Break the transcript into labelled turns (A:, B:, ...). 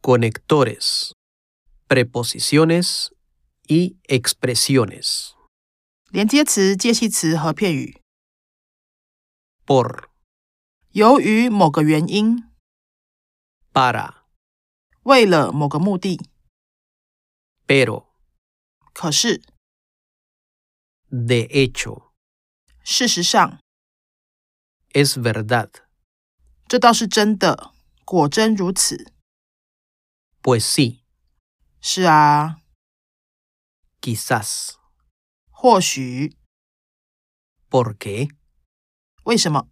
A: Conectores, preposiciones y expresiones.
B: 连接词、介系词和片语。
A: Por,
B: 由于某个原因，
A: para,
B: 为了某个目的，
A: pero,
B: 可是，
A: de hecho,
B: 事实上，
A: es verdad,
B: 这倒是真的，果真如此。
A: pues sí,
B: 是啊，
A: quizás,
B: 或许，
A: porque,
B: 为什么？